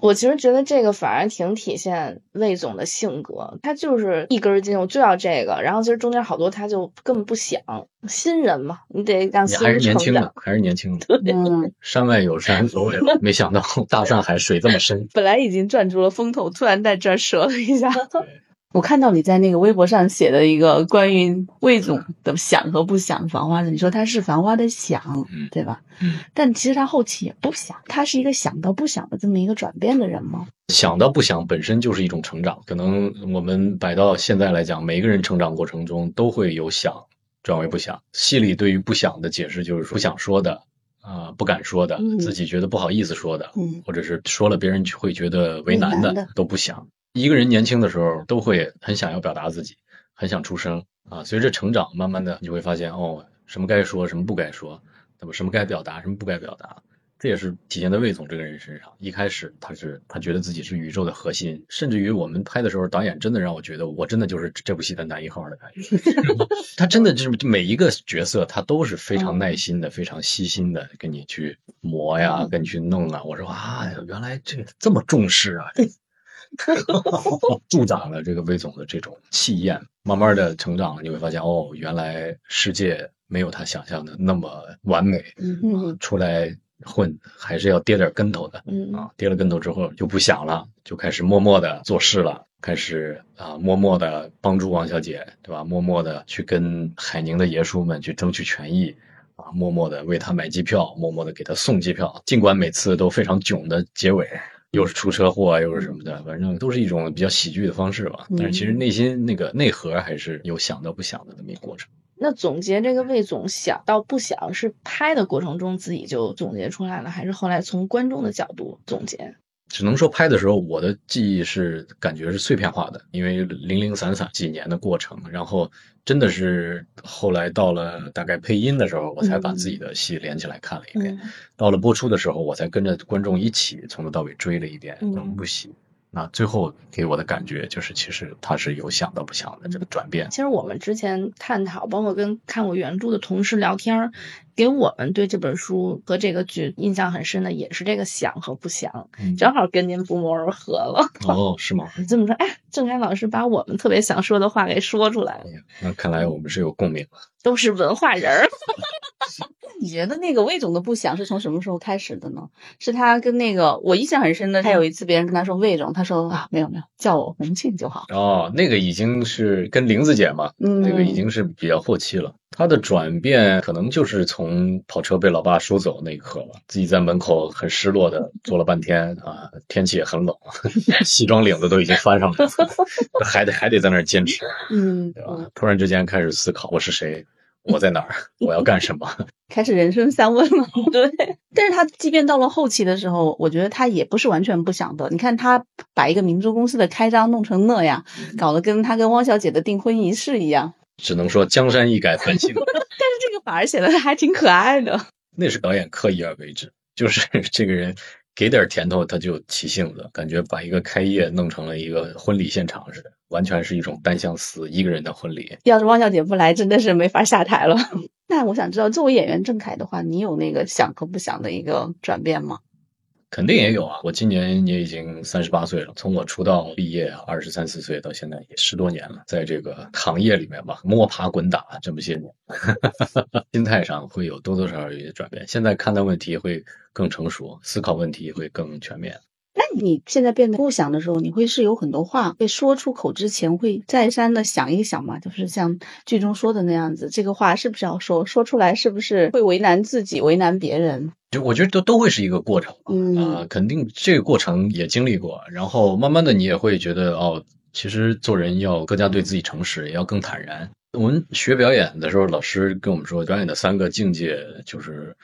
[SPEAKER 2] 我其实觉得这个反而挺体现魏总的性格，他就是一根筋，我就要这个。然后其实中间好多他就根本不想，新人嘛，你得让
[SPEAKER 1] 你
[SPEAKER 2] 新
[SPEAKER 1] 还是
[SPEAKER 2] 人
[SPEAKER 1] 年
[SPEAKER 2] 啊成
[SPEAKER 1] 轻的
[SPEAKER 2] 长。，
[SPEAKER 1] 还是年轻的。
[SPEAKER 3] 嗯，
[SPEAKER 1] 山外有山，楼外有楼，没想到大上海水这么深。
[SPEAKER 3] <laughs> 本来已经赚足了风头，突然在这儿折了一下
[SPEAKER 1] 对。
[SPEAKER 3] <laughs> 我看到你在那个微博上写的一个关于魏总的想和不想繁花的，你说他是繁花的想
[SPEAKER 1] 嗯，
[SPEAKER 3] 对吧？
[SPEAKER 1] 嗯，
[SPEAKER 3] 但其实他后期也不想，他是一个想到不想的这么一个转变的人吗？
[SPEAKER 1] 想到不想本身就是一种成长，可能我们摆到现在来讲，每一个人成长过程中都会有想转为不想。戏里对于不想的解释就是不想说的啊、啊、不敢说的，
[SPEAKER 2] 嗯
[SPEAKER 1] 自己觉得不好意思说的，
[SPEAKER 3] 嗯
[SPEAKER 1] 或者是说了别人会觉得为
[SPEAKER 3] 为
[SPEAKER 1] 难
[SPEAKER 3] 难
[SPEAKER 1] 的，
[SPEAKER 3] 的
[SPEAKER 1] 都不想。一个人年轻的时候都会很想要表达自己，很想出声啊。随着成长，慢慢的你会发现，哦，什么该说，什么不该说，那么什么该表达，什么不该表达。这也是体现在魏总这个人身上。一开始他是他觉得自己是宇宙的核心，甚至于我们拍的时候，导演真的让我觉得我真的就是这部戏的男一号的感觉。 <laughs> 他真的就是每一个角色，他都是非常耐心的、非常细心的跟你去磨呀，跟你去弄啊。我说啊，原来这这么重视啊， <laughs> 助长了这个魏总的这种气焰。慢慢的成长了，你会发现哦，原来世界没有他想象的那么完美。
[SPEAKER 2] 嗯
[SPEAKER 3] 嗯
[SPEAKER 1] 出来混还是要跌点跟头的
[SPEAKER 3] 嗯
[SPEAKER 1] 啊，跌了跟头之后就不想了，就开始默默的做事了，开始啊默默的帮助王小姐，对吧？默默的去跟海宁的爷叔们去争取权益。啊，默默的为他买机票，默默的给他送机票，尽管每次都非常囧的结尾，又是出车祸啊，又是什么的，反正都是一种比较喜剧的方式吧。但是其实内心那个内核还是有想到不想的那么一个过程。
[SPEAKER 2] 那总结这个魏总想到不想是拍的过程中自己就总结出来了，还是后来从观众的角度总结？
[SPEAKER 1] 只能说拍的时候，我的记忆是感觉是碎片化的，因为零零散散几年的过程，然后真的是后来到了大概配音的时候，我才把自己的戏连起来看了一
[SPEAKER 2] 嗯
[SPEAKER 1] 遍。到了播出的时候，我才跟着观众一起从头到尾追了一遍
[SPEAKER 2] 嗯
[SPEAKER 1] 整部戏。那最后给我的感觉就是，其实他是有想到不想的这个转变。
[SPEAKER 2] 其实我们之前探讨，包括跟看过原著的同事聊天儿，给我们对这本书和这个剧印象很深的也是这个想和不想，正好跟您不谋而合了。
[SPEAKER 1] 嗯哦，是吗？
[SPEAKER 2] 这么说，哎，郑恺老师把我们特别想说的话给说出来了，
[SPEAKER 1] 那看来我们是有共鸣。
[SPEAKER 2] 都是文化人儿。
[SPEAKER 3] 你觉得那个魏总的不想是从什么时候开始的呢？是他跟那个我印象很深的，
[SPEAKER 1] 嗯
[SPEAKER 3] 他有一次别人跟他说魏总，他说啊没有没有，叫我洪庆就好。
[SPEAKER 1] 哦，那个已经是跟玲子姐嘛，
[SPEAKER 3] 嗯，
[SPEAKER 1] 那个已经是比较后期了。他的转变可能就是从跑车被老爸收走那一刻吧，自己在门口很失落的坐了半天啊，天气也很冷， <laughs> 西装领子都已经翻上了， <laughs> 还得还得在那儿坚持，<laughs>
[SPEAKER 3] 嗯
[SPEAKER 1] 对
[SPEAKER 3] 嗯
[SPEAKER 1] 吧？突然之间开始思考我是谁，我在哪儿，我要干什么？ <laughs>
[SPEAKER 3] 开始人生三问了， <laughs> 对。但是他即便到了后期的时候，我觉得他也不是完全不想的。你看他把一个民族公司的开张弄成那样，
[SPEAKER 1] 嗯
[SPEAKER 3] 搞得跟他跟汪小姐的订婚仪式一样，
[SPEAKER 1] 只能说江山易改本性难
[SPEAKER 3] 但是这个反而显得还挺可爱的。
[SPEAKER 1] 那是导演刻意而为之，就是 <laughs> 这个人给点甜头他就起性子，感觉把一个开业弄成了一个婚礼现场似的，完全是一种单相思，一个人的婚礼。
[SPEAKER 3] 要是汪小姐不来，真的是没法下台了。 <laughs> 那我想知道，作为演员郑恺的话，你有那个想和不想的一个转变吗？
[SPEAKER 1] 肯定也有啊，我今年也已经三十八岁了，从我出道毕业二十三四岁到现在也十多年了，在这个行业里面吧，摸爬滚打这么些年， <laughs> 心态上会有多多少少有一些转变。现在看待问题会更成熟，思考问题会更全面。
[SPEAKER 3] 那你现在变得不想的时候，你会是有很多话被说出口之前，会再三的想一想嘛？就是像剧中说的那样子，这个话是不是要说？说出来是不是会为难自己，为难别人？
[SPEAKER 1] 就我觉得都都会是一个过程吧，
[SPEAKER 3] 嗯
[SPEAKER 1] 啊、肯定这个过程也经历过，然后慢慢的你也会觉得哦，其实做人要更加对自己诚实，也要更坦然。我们学表演的时候，老师跟我们说，表演的三个境界就是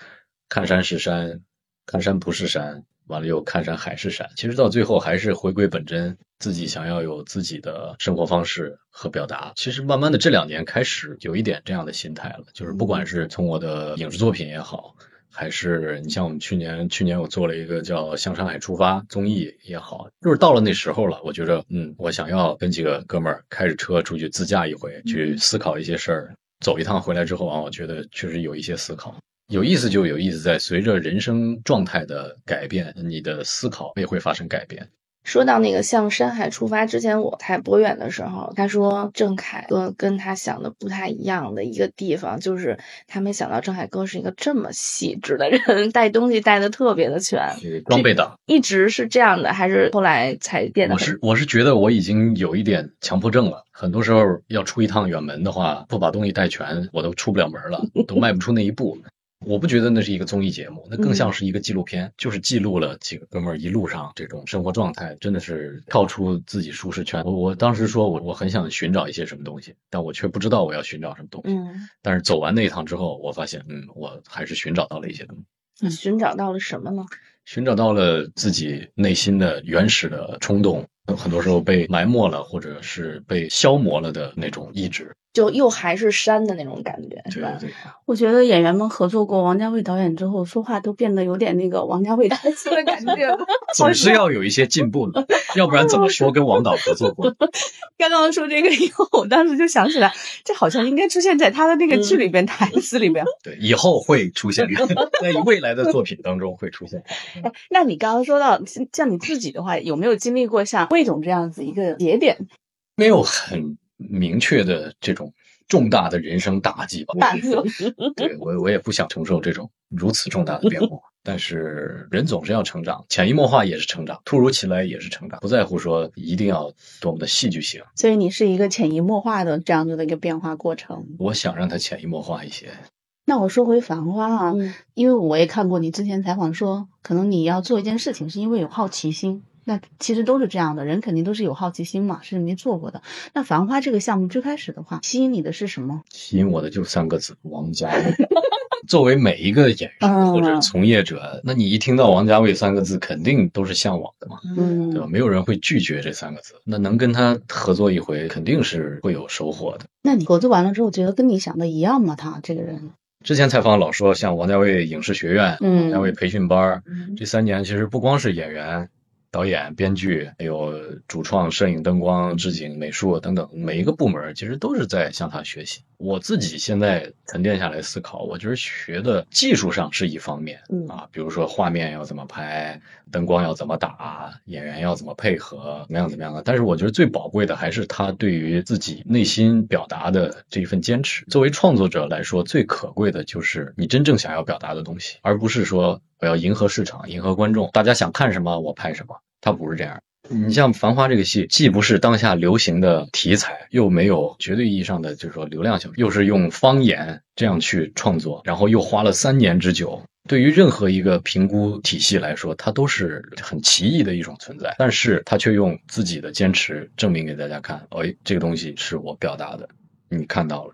[SPEAKER 1] 看山是山，看山不是山，完了又看山还是山。其实到最后还是回归本真，自己想要有自己的生活方式和表达。其实慢慢的这两年开始有一点这样的心态了，就是不管是从我的影视作品也好，还是你像我们去年，去年我做了一个叫《向上海出发》综艺也好，就是到了那时候了，我觉着，嗯，我想要跟几个哥们儿开着车出去自驾一回，去思考一些事儿。走一趟回来之后啊，我觉得确实有一些思考。有意思就有意思在，随着人生状态的改变，你的思考也会发生改变。
[SPEAKER 2] 说到那个向山海出发之前，我在博远的时候，他说郑恺哥跟他想的不太一样的一个地方，就是他没想到郑恺哥是一个这么细致的人，带东西带的特别的全，
[SPEAKER 1] 这个装备党，
[SPEAKER 2] 一直是这样的，还是后来才变得
[SPEAKER 1] 我
[SPEAKER 2] 很
[SPEAKER 1] 是我是觉得我已经有一点强迫症了，很多时候要出一趟远门的话，不把东西带全，我都出不了门
[SPEAKER 2] <laughs>
[SPEAKER 1] 了，都迈不出那一步。我不觉得那是一个综艺节目，那
[SPEAKER 2] 嗯
[SPEAKER 1] 更像是一个纪录片，就是记录了几个哥们儿一路上这种生活状态，真的是跳出自己舒适圈。我我当时说我我很想寻找一些什么东西，但我却不知道我要寻找什么东西。
[SPEAKER 2] 嗯，
[SPEAKER 1] 但是走完那一趟之后，我发现，嗯，我还是寻找到了一些东西。
[SPEAKER 3] 嗯
[SPEAKER 2] 寻找到了什么呢？
[SPEAKER 1] 寻找到了自己内心的原始的冲动，很多时候被埋没了，或者是被消磨了的那种意志。
[SPEAKER 2] 就又还是山的那种感觉，是
[SPEAKER 1] 对
[SPEAKER 2] 吧
[SPEAKER 1] 对？对，
[SPEAKER 3] 我觉得演员们合作过王家卫导演之后，说话都变得有点那个王家卫大叔的 <laughs> 感觉。
[SPEAKER 1] 总是要有一些进步的，要不然怎么说跟王导合作过？
[SPEAKER 3] 刚刚说这个以后，我当时就想起来，这好像应该出现在他的那个剧里边、台词里边。
[SPEAKER 1] 对，以后会出现，在未来的作品当中会出现。
[SPEAKER 3] 哎，那你刚刚说到像像你自己的话，有没有经历过像魏总这样子一个节点？
[SPEAKER 1] 没有很明确的这种重大的人生打击吧？
[SPEAKER 3] 打击
[SPEAKER 1] 对我我也不想承受这种如此重大的变化。但是人总是要成长，潜移默化也是成长，突如其来也是成长，不在乎说一定要多么的戏剧性。
[SPEAKER 3] 所以你是一个潜移默化的这样子的一个变化过程。
[SPEAKER 1] 我想让它潜移默化一些。
[SPEAKER 3] 那我说回《繁花》啊，
[SPEAKER 2] 嗯，
[SPEAKER 3] 因为我也看过你之前采访说，可能你要做一件事情是因为有好奇心。那其实都是这样的，人肯定都是有好奇心嘛，是没做过的。那《繁花》这个项目最开始的话，吸引你的是什么？
[SPEAKER 1] 吸引我的就三个字：王家卫。 <laughs> 作为每一个演员或者从业者，那你一听到王家卫三个字，肯定都是向往的嘛。
[SPEAKER 2] 嗯，
[SPEAKER 1] 对吧？没有人会拒绝这三个字。那能跟他合作一回，肯定是会有收获的。
[SPEAKER 3] 那你合作完了之后，觉得跟你想的一样吗？他这个人，
[SPEAKER 1] 之前采访老说，像王家卫影视学院、
[SPEAKER 3] 嗯
[SPEAKER 1] 王家卫培训班儿，
[SPEAKER 2] 嗯
[SPEAKER 1] 这三年其实不光是演员、导演、编剧，还有主创、摄影、灯光、置景、美术等等，每一个部门儿其实都是在向他学习。我自己现在沉淀下来思考，我觉得学的技术上是一方面
[SPEAKER 2] 嗯
[SPEAKER 1] 啊，比如说画面要怎么拍，灯光要怎么打，演员要怎么配合，怎么样怎么样的。但是我觉得最宝贵的还是他对于自己内心表达的这一份坚持。作为创作者来说，最可贵的就是你真正想要表达的东西，而不是说我要迎合市场、迎合观众，大家想看什么我拍什么。他不是这样。你像《繁花》这个戏，既不是当下流行的题材，又没有绝对意义上的就是说流量效应，又是用方言这样去创作，然后又花了三年之久。对于任何一个评估体系来说，它都是很奇异的一种存在，但是它却用自己的坚持证明给大家看，哎，这个东西是我表达的，你看到了。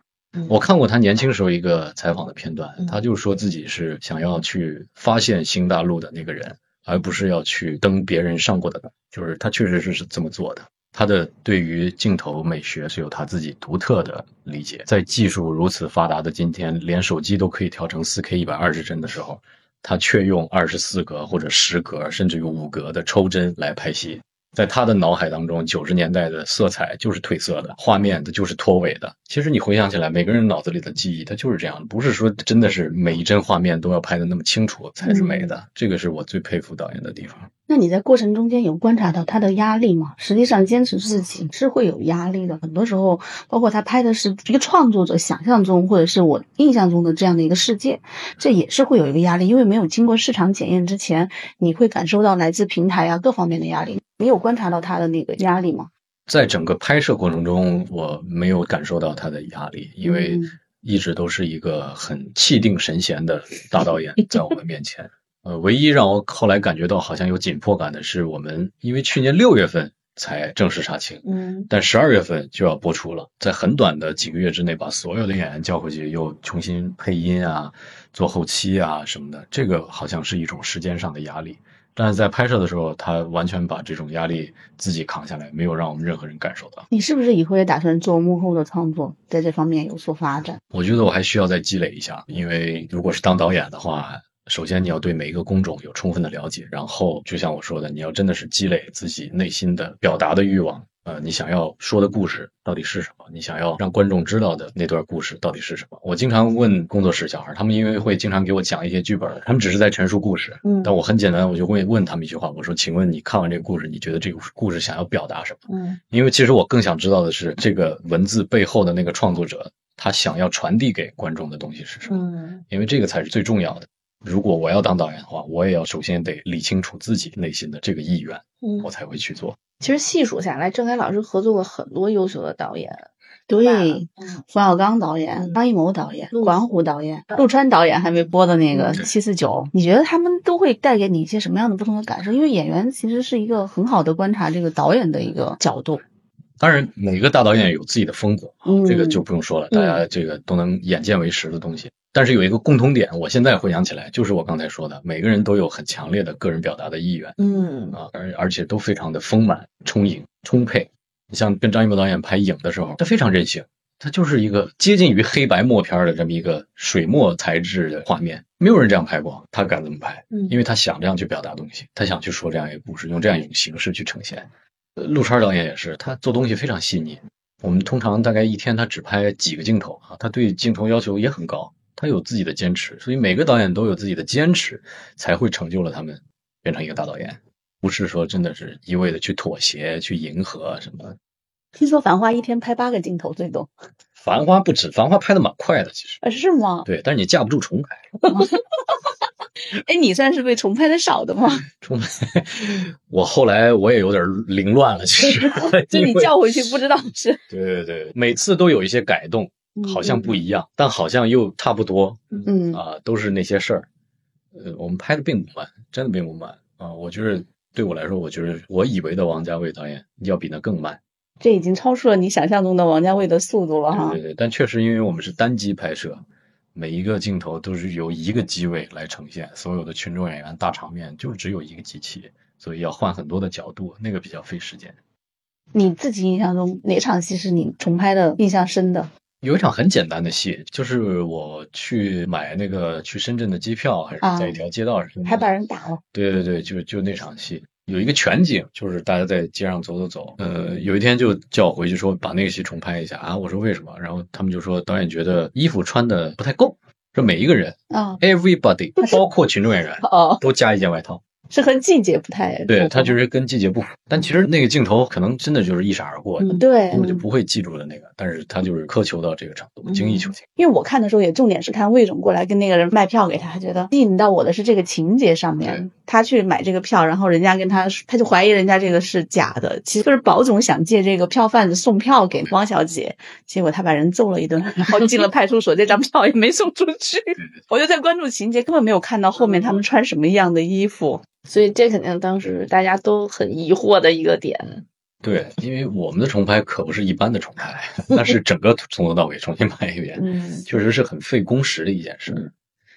[SPEAKER 1] 我看过他年轻时候一个采访的片段
[SPEAKER 2] 嗯，
[SPEAKER 1] 他就说自己是想要去发现新大陆的那个人，而不是要去登别人上过的岗，就是他确实是是这么做的。他的对于镜头美学是有他自己独特的理解，在技术如此发达的今天，连手机都可以调成 4K 一百二十帧的时候，他却用二十四格或者十格甚至于五格的抽帧来拍戏，在他的脑海当中，九十年代的色彩就是褪色的，画面它就是脱尾的。其实你回想起来，每个人脑子里的记忆它就是这样，不是说真的是每一帧画面都要拍的那么清楚才是美的。这个是我最佩服导演的地方。
[SPEAKER 3] 那你在过程中间有观察到他的压力吗？实际上，坚持自己是会有压力的。很多时候，包括他拍的是一个创作者想象中或者是我印象中的这样的一个世界，这也是会有一个压力，因为没有经过市场检验之前，你会感受到来自平台啊各方面的压力。你有观察到他的那个压力吗？
[SPEAKER 1] 在整个拍摄过程中，我没有感受到他的压力，因为
[SPEAKER 3] 嗯
[SPEAKER 1] 一直都是一个很气定神闲的大导演在我们面前。呃，唯一让我后来感觉到好像有紧迫感的是，我们因为去年六月份才正式杀青，
[SPEAKER 2] 嗯
[SPEAKER 1] 但十二月份就要播出了，在很短的几个月之内，把所有的演员叫回去，又重新配音啊、做后期啊什么的，这个好像是一种时间上的压力。但是在拍摄的时候，他完全把这种压力自己扛下来，没有让我们任何人感受到。
[SPEAKER 3] 你是不是以后也打算做幕后的创作，在这方面有所发展？
[SPEAKER 1] 我觉得我还需要再积累一下，因为如果是当导演的话，首先你要对每一个工种有充分的了解，然后就像我说的，你要真的是积累自己内心的表达的欲望。呃，你想要说的故事到底是什么？你想要让观众知道的那段故事到底是什么？我经常问工作室小孩，他们因为会经常给我讲一些剧本，他们只是在陈述故事，
[SPEAKER 2] 嗯
[SPEAKER 1] 但我很简单，我就会问他们一句话，我说：“请问你看完这个故事，你觉得这个故事想要表达什么？”
[SPEAKER 2] 嗯
[SPEAKER 1] 因为其实我更想知道的是，这个文字背后的那个创作者，他想要传递给观众的东西是什么？
[SPEAKER 2] 嗯
[SPEAKER 1] 因为这个才是最重要的。如果我要当导演的话，我也要首先得理清楚自己内心的这个意愿，
[SPEAKER 2] 嗯
[SPEAKER 1] 我。才会去做。
[SPEAKER 2] 其实细数下来，郑恺老师合作过很多优秀的导演，
[SPEAKER 3] 对，
[SPEAKER 2] 嗯
[SPEAKER 3] 冯小刚导演、
[SPEAKER 2] 嗯
[SPEAKER 3] 张艺谋导演、
[SPEAKER 2] 陆
[SPEAKER 3] 管虎导演、
[SPEAKER 2] 嗯
[SPEAKER 3] 陆川导演还没播的那个
[SPEAKER 2] 嗯
[SPEAKER 1] 对
[SPEAKER 3] 七四九，你觉得他们都会带给你一些什么样的不同的感受？因为演员其实是一个很好的观察这个导演的一个角度。
[SPEAKER 1] 当然，每个大导演有自己的风格，
[SPEAKER 3] 嗯，
[SPEAKER 1] 这个就不用说了，
[SPEAKER 2] 嗯
[SPEAKER 1] 大家这个都能眼见为实的东西。但是有一个共同点，我现在回想起来，就是我刚才说的，每个人都有很强烈的个人表达的意愿
[SPEAKER 2] 嗯，
[SPEAKER 1] 啊，而而且都非常的丰满、充盈、充沛。你像跟张艺谋导演拍《影》的时候，他非常任性，他就是一个接近于黑白默片儿的这么一个水墨材质的画面，没有人这样拍过，他敢这么拍，
[SPEAKER 2] 嗯
[SPEAKER 1] 因为他想这样去表达东西，他想去说这样一个故事，用这样一种形式去呈现。呃陆川导演也是，他做东西非常细腻。我们通常大概一天他只拍几个镜头啊，他对镜头要求也很高，他有自己的坚持，所以每个导演都有自己的坚持，才会成就了他们变成一个大导演，不是说真的是一味的去妥协、去迎合什么。
[SPEAKER 3] 听说《繁花》一天拍八个镜头最多，
[SPEAKER 1] 繁花不止，繁花拍的蛮快的，其实
[SPEAKER 3] 呃，是吗？ <laughs>
[SPEAKER 1] 对，但是你架不住重拍，
[SPEAKER 3] 哎，你算是被重拍的少的吗？
[SPEAKER 1] 重拍。我后来我也有点凌乱了，其实 <laughs>
[SPEAKER 3] <laughs> 就你叫回去不知道是 <laughs>
[SPEAKER 1] 对对对，每次都有一些改动，好像不一样，但好像又差不多，
[SPEAKER 3] 嗯
[SPEAKER 1] 啊，都是那些事儿。呃，我们拍的并不慢，真的并不慢啊。我觉得对我来说，我觉得我以为的王家卫导演要比那更慢。
[SPEAKER 3] 这已经超出了你想象中的王家卫的速度了哈
[SPEAKER 1] 对。对对，但确实因为我们是单机拍摄，每一个镜头都是由一个机位来呈现，所有的群众演员大场面就只有一个机器，所以要换很多的角度，那个比较费时间。
[SPEAKER 3] 你自己印象中哪场戏是你重拍的印象深的？
[SPEAKER 1] 有一场很简单的戏，就是我去买那个去深圳的机票，还是
[SPEAKER 3] 啊
[SPEAKER 1] 在一条街道上，
[SPEAKER 3] 还把人打了？
[SPEAKER 1] 对对对，就就那场戏有一个全景，就是大家在街上走走走。呃，有一天就叫我回去说把那个戏重拍一下啊，我说为什么？然后他们就说导演觉得衣服穿的不太够，说每一个人
[SPEAKER 3] 啊
[SPEAKER 1] everybody 包括群众演员
[SPEAKER 3] 哦，
[SPEAKER 1] 都加一件外套。
[SPEAKER 3] 是和季节不太
[SPEAKER 1] 对他就是是跟季节不符，但其实那个镜头可能真的就是一闪而过，
[SPEAKER 2] 嗯
[SPEAKER 3] 对，
[SPEAKER 1] 我就不会记住的那个，但是他就是苛求到这个程度，精益求精。
[SPEAKER 3] 因为我看的时候也重点是看魏总过来跟那个人卖票给他，他觉得吸引到我的是这个情节上面，他去买这个票，然后人家跟他说，他就怀疑人家这个是假的，其实就是保总想借这个票贩子送票给汪小姐，结果他把人揍了一顿，然后进了派出所，这张票也没送出去。我就在关注情节，根本没有看到后面他们穿什么样的衣服。
[SPEAKER 2] 所以这肯定当时大家都很疑惑的一个点。
[SPEAKER 1] 对，因为我们的重拍可不是一般的重拍， <laughs> 那是整个从头到尾重新拍一遍，
[SPEAKER 2] 嗯，
[SPEAKER 1] 确实是很费工时的一件事。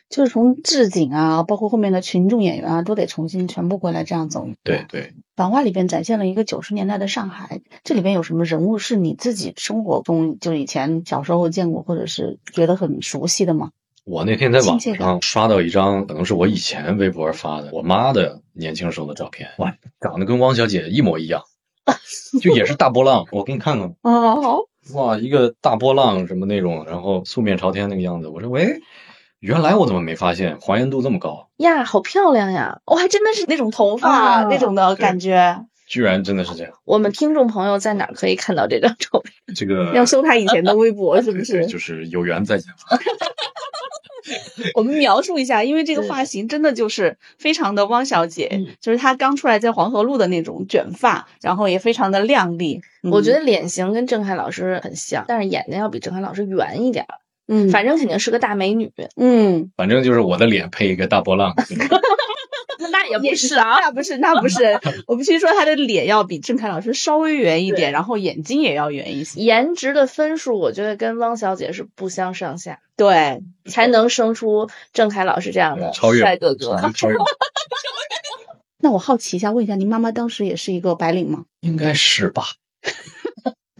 [SPEAKER 3] 就是从置景啊，包括后面的群众演员啊，都得重新全部过来这样走。
[SPEAKER 1] 对对，
[SPEAKER 3] 繁花里边展现了一个九十年代的上海，这里边有什么人物是你自己生活中就以前小时候见过，或者是觉得很熟悉的吗？
[SPEAKER 1] 我那天在网
[SPEAKER 3] 亲切感
[SPEAKER 1] 上刷到一张，可能是我以前微博发的我妈的年轻时候的照片，哇，长得跟汪小姐一模一样，就也是大波浪，我给你看看，
[SPEAKER 3] 哦，
[SPEAKER 1] 哇，一个大波浪什么那种，然后素面朝天那个样子，我说喂，原来我怎么没发现还原度这么高？啊
[SPEAKER 2] 呀，好漂亮呀！
[SPEAKER 3] 我还真的是那种头发、
[SPEAKER 2] 啊
[SPEAKER 3] 那种的感觉，
[SPEAKER 1] 居然真的是这样，
[SPEAKER 2] 我们听众朋友在哪儿可以看到这张照片？
[SPEAKER 1] 这个
[SPEAKER 3] 要搜他以前的微博是不
[SPEAKER 1] 对
[SPEAKER 3] 是？
[SPEAKER 1] 就是有缘再见吧。
[SPEAKER 3] 我们描述一下，因为这个
[SPEAKER 2] 对
[SPEAKER 3] 发型真的就是非常的汪小姐
[SPEAKER 2] 嗯，
[SPEAKER 3] 就是她刚出来在黄河路的那种卷发，然后也非常的靓丽。嗯
[SPEAKER 2] 我觉，得脸型跟郑恺老师很像，但是眼睛要比郑恺老师圆一点儿。
[SPEAKER 3] 嗯，
[SPEAKER 2] 反正肯定是个大美女，
[SPEAKER 3] 嗯，
[SPEAKER 1] 反正就是我的脸配一个大波
[SPEAKER 3] <laughs>
[SPEAKER 1] 浪，
[SPEAKER 2] <laughs> 那也不是啊。
[SPEAKER 3] 那不是，那不 <laughs> 是，我必须说她的脸要比郑恺老师稍微圆一
[SPEAKER 2] 对
[SPEAKER 3] 点，然后眼睛也要圆一些。
[SPEAKER 2] 颜值的分数，我觉得跟汪小姐是不相上下，
[SPEAKER 3] 对，
[SPEAKER 2] 才能生出郑恺老师这样的
[SPEAKER 1] 超越
[SPEAKER 2] 帅哥哥。
[SPEAKER 1] 超越，
[SPEAKER 3] 那我好奇一下，问一下，您妈妈当时也是一个白领吗？
[SPEAKER 1] 应该是吧？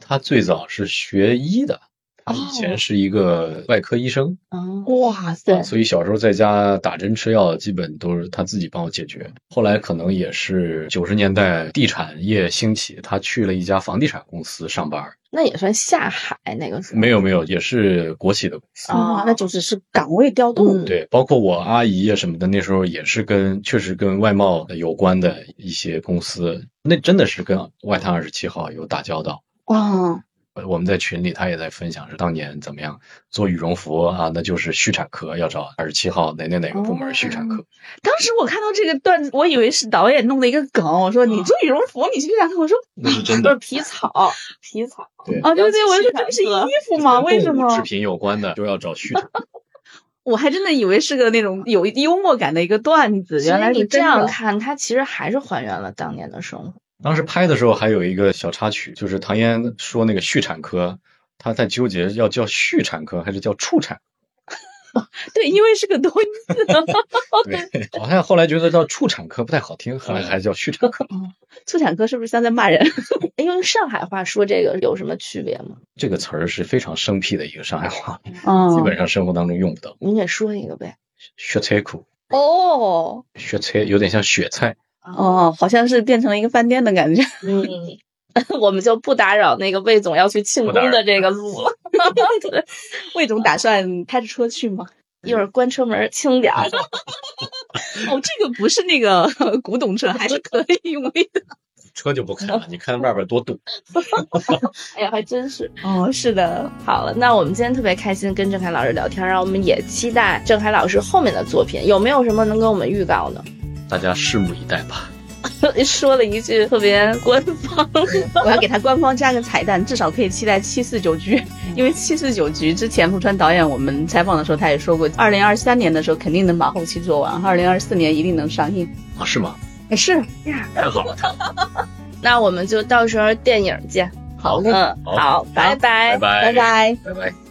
[SPEAKER 1] 他最早是学医的，他以前是一个外科医生。
[SPEAKER 2] 嗯，
[SPEAKER 3] 哇
[SPEAKER 2] 对
[SPEAKER 1] 所以小时候在家打针吃药，基本都是他自己帮我解决。后来可能也是九十年代地产业兴起，他去了一家房地产公司上班儿。
[SPEAKER 2] 那也算下海那个时候。
[SPEAKER 1] 没有没有，也是国企的公司。
[SPEAKER 3] 啊，那就只是岗位调动。
[SPEAKER 2] 嗯
[SPEAKER 1] 对，包括我阿姨啊什么的，那时候也是跟确实跟外贸有关的一些公司，那真的是跟外滩二十七号有打交道。
[SPEAKER 3] 啊，
[SPEAKER 1] 呃我们在群里，他也在分享是当年怎么样做羽绒服啊，那就是续产科要找二十七号哪哪哪个部门续产科。
[SPEAKER 3] 当时我看到这个段子，我以为是导演弄的一个梗，我说你做羽绒服，你去想看，我说
[SPEAKER 1] 那是真
[SPEAKER 2] 不是皮草，皮草。
[SPEAKER 1] 对
[SPEAKER 3] 啊，对对，我说
[SPEAKER 2] 去
[SPEAKER 3] 这
[SPEAKER 2] 产
[SPEAKER 3] 不是衣
[SPEAKER 2] 科
[SPEAKER 3] 服吗？啊为什
[SPEAKER 1] 制
[SPEAKER 3] 么？
[SPEAKER 1] 品有关的就要找续产科。
[SPEAKER 3] 我还真的以为是个那种有幽默感的一个段子，原
[SPEAKER 2] 其
[SPEAKER 3] 来
[SPEAKER 2] 实
[SPEAKER 3] 是
[SPEAKER 2] 你这
[SPEAKER 3] 真
[SPEAKER 2] 样
[SPEAKER 3] 的。
[SPEAKER 2] 看，它其实还是还原了当年的生活。
[SPEAKER 1] 当时拍的时候还有一个小插曲，就是唐嫣说那个续产科，她在纠结要叫续产科还是叫畜产。
[SPEAKER 3] 对，因为是个多音字，哦
[SPEAKER 1] 对，好像后来觉得叫畜产科不太好听，
[SPEAKER 3] 嗯
[SPEAKER 1] 后来还是叫畜产科。
[SPEAKER 3] 出产科是不是像在骂 <laughs> 人？
[SPEAKER 2] 哎用上海话说这个有什么区别吗？
[SPEAKER 1] 这个词儿是非常生僻的一个上海话，
[SPEAKER 3] 嗯
[SPEAKER 1] 基本上生活当中用不到。
[SPEAKER 2] 你给说一个呗。
[SPEAKER 1] 雪菜苦，
[SPEAKER 2] 哦，
[SPEAKER 1] 雪菜有点像雪菜，
[SPEAKER 3] 哦，好像是变成了一个饭店的感觉。
[SPEAKER 2] 嗯， <laughs> 我们就不打扰那个魏总要去庆功的这个路了， <laughs> 对
[SPEAKER 3] 魏总打算开着车去吗？
[SPEAKER 2] 一会儿关车门轻点儿。
[SPEAKER 3] 哦，这个不是那个 <laughs> 古董车，还是可以用的。
[SPEAKER 1] 车就不开了。你看外边多堵。
[SPEAKER 2] 哎呀，还真是。
[SPEAKER 3] 哦，是 <laughs> 的，
[SPEAKER 2] 好了，那我们今天特别开心跟郑恺老师聊天，让我们也期待郑恺老师后面的作品，有没有什么能给我们预告呢？
[SPEAKER 1] 大家拭目以待吧。
[SPEAKER 2] <laughs> 说了一句特别官 <laughs> 方的，
[SPEAKER 3] 我要给他官方加个彩蛋，至少可以期待七四九局，因为七四九局之前陆川导演我们采访的时候他也说过，二零二三年的时候肯定能把后期做完，二零二四年一定能上映。
[SPEAKER 1] 啊，是吗？
[SPEAKER 3] 哎，是，
[SPEAKER 1] 太好了，
[SPEAKER 2] 那我们就到时候电影见。 <laughs>
[SPEAKER 3] 好嘞，
[SPEAKER 2] 嗯，
[SPEAKER 1] 好
[SPEAKER 2] 好，拜拜，
[SPEAKER 1] 拜
[SPEAKER 3] 拜拜。
[SPEAKER 1] 拜拜。